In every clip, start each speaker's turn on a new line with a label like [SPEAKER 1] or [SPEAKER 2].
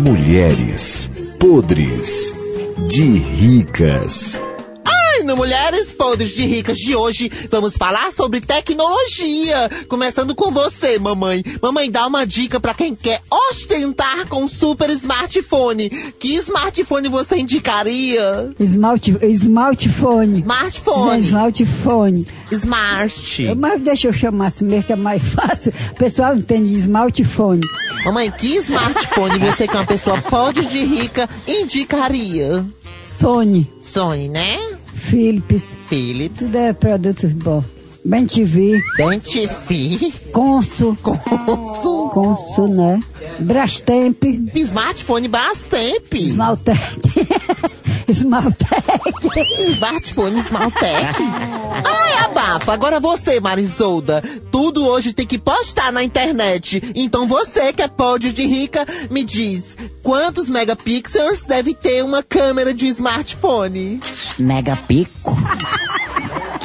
[SPEAKER 1] Mulheres podres de ricas.
[SPEAKER 2] Ai, no Mulheres Podres de Ricas de hoje, vamos falar sobre tecnologia. Começando com você, mamãe. Mamãe, dá uma dica pra quem quer ostentar com super smartphone. Que smartphone você indicaria?
[SPEAKER 3] Esmalte, smartphone.
[SPEAKER 2] Smartphone.
[SPEAKER 3] Smartphone.
[SPEAKER 2] Smart.
[SPEAKER 3] Mas deixa eu chamar assim mesmo, que é mais fácil. O pessoal entende smartphone.
[SPEAKER 2] Mamãe, que smartphone você que é uma pessoa podre de rica indicaria?
[SPEAKER 3] Sony,
[SPEAKER 2] Sony, né?
[SPEAKER 3] Philips,
[SPEAKER 2] Philips.
[SPEAKER 3] tudo é produtos bons. Bem TV,
[SPEAKER 2] Dentifi.
[SPEAKER 3] Consul,
[SPEAKER 2] Consul.
[SPEAKER 3] Consul, né? Brastemp,
[SPEAKER 2] Smartphone Bastemp.
[SPEAKER 3] Smaltec, Smaltec.
[SPEAKER 2] Smartphone Smaltec. Ai, abafa. Agora você, Marisolda. Tudo hoje tem que postar na internet. Então você, que é pódio de rica, me diz: quantos megapixels deve ter uma câmera de smartphone?
[SPEAKER 4] Mega pico.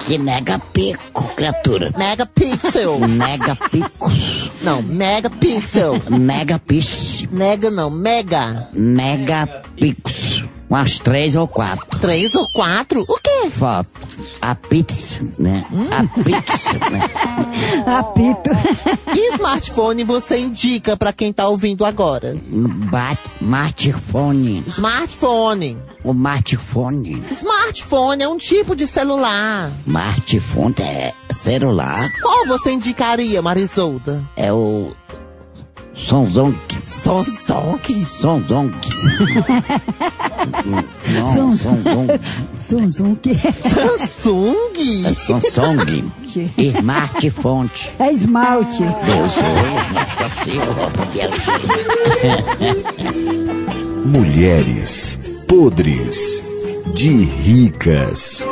[SPEAKER 4] Que mega pico, criatura.
[SPEAKER 2] Megapixel.
[SPEAKER 4] Mega picos.
[SPEAKER 2] não, megapixel.
[SPEAKER 4] Mega pix.
[SPEAKER 2] Mega não, mega.
[SPEAKER 4] Mega picos. Umas três ou quatro
[SPEAKER 2] Três ou quatro? O quê?
[SPEAKER 4] fotos. A pizza, né? A pizza, né?
[SPEAKER 3] Apito,
[SPEAKER 2] Que smartphone você indica pra quem tá ouvindo agora?
[SPEAKER 4] Bate, smartphone.
[SPEAKER 2] Smartphone.
[SPEAKER 4] O smartphone.
[SPEAKER 2] Smartphone é um tipo de celular.
[SPEAKER 4] Smartphone é celular.
[SPEAKER 2] Qual você indicaria, Marisolda?
[SPEAKER 4] É o Samsung.
[SPEAKER 2] Samsung?
[SPEAKER 4] Samsung. Não, Samsung.
[SPEAKER 3] zum zum que
[SPEAKER 4] É
[SPEAKER 2] Samsung?
[SPEAKER 4] Samsung. Smartphone.
[SPEAKER 3] é esmalte.
[SPEAKER 4] Deus, olha, nossa senhora, meu Deus.
[SPEAKER 1] Mulheres podres de ricas.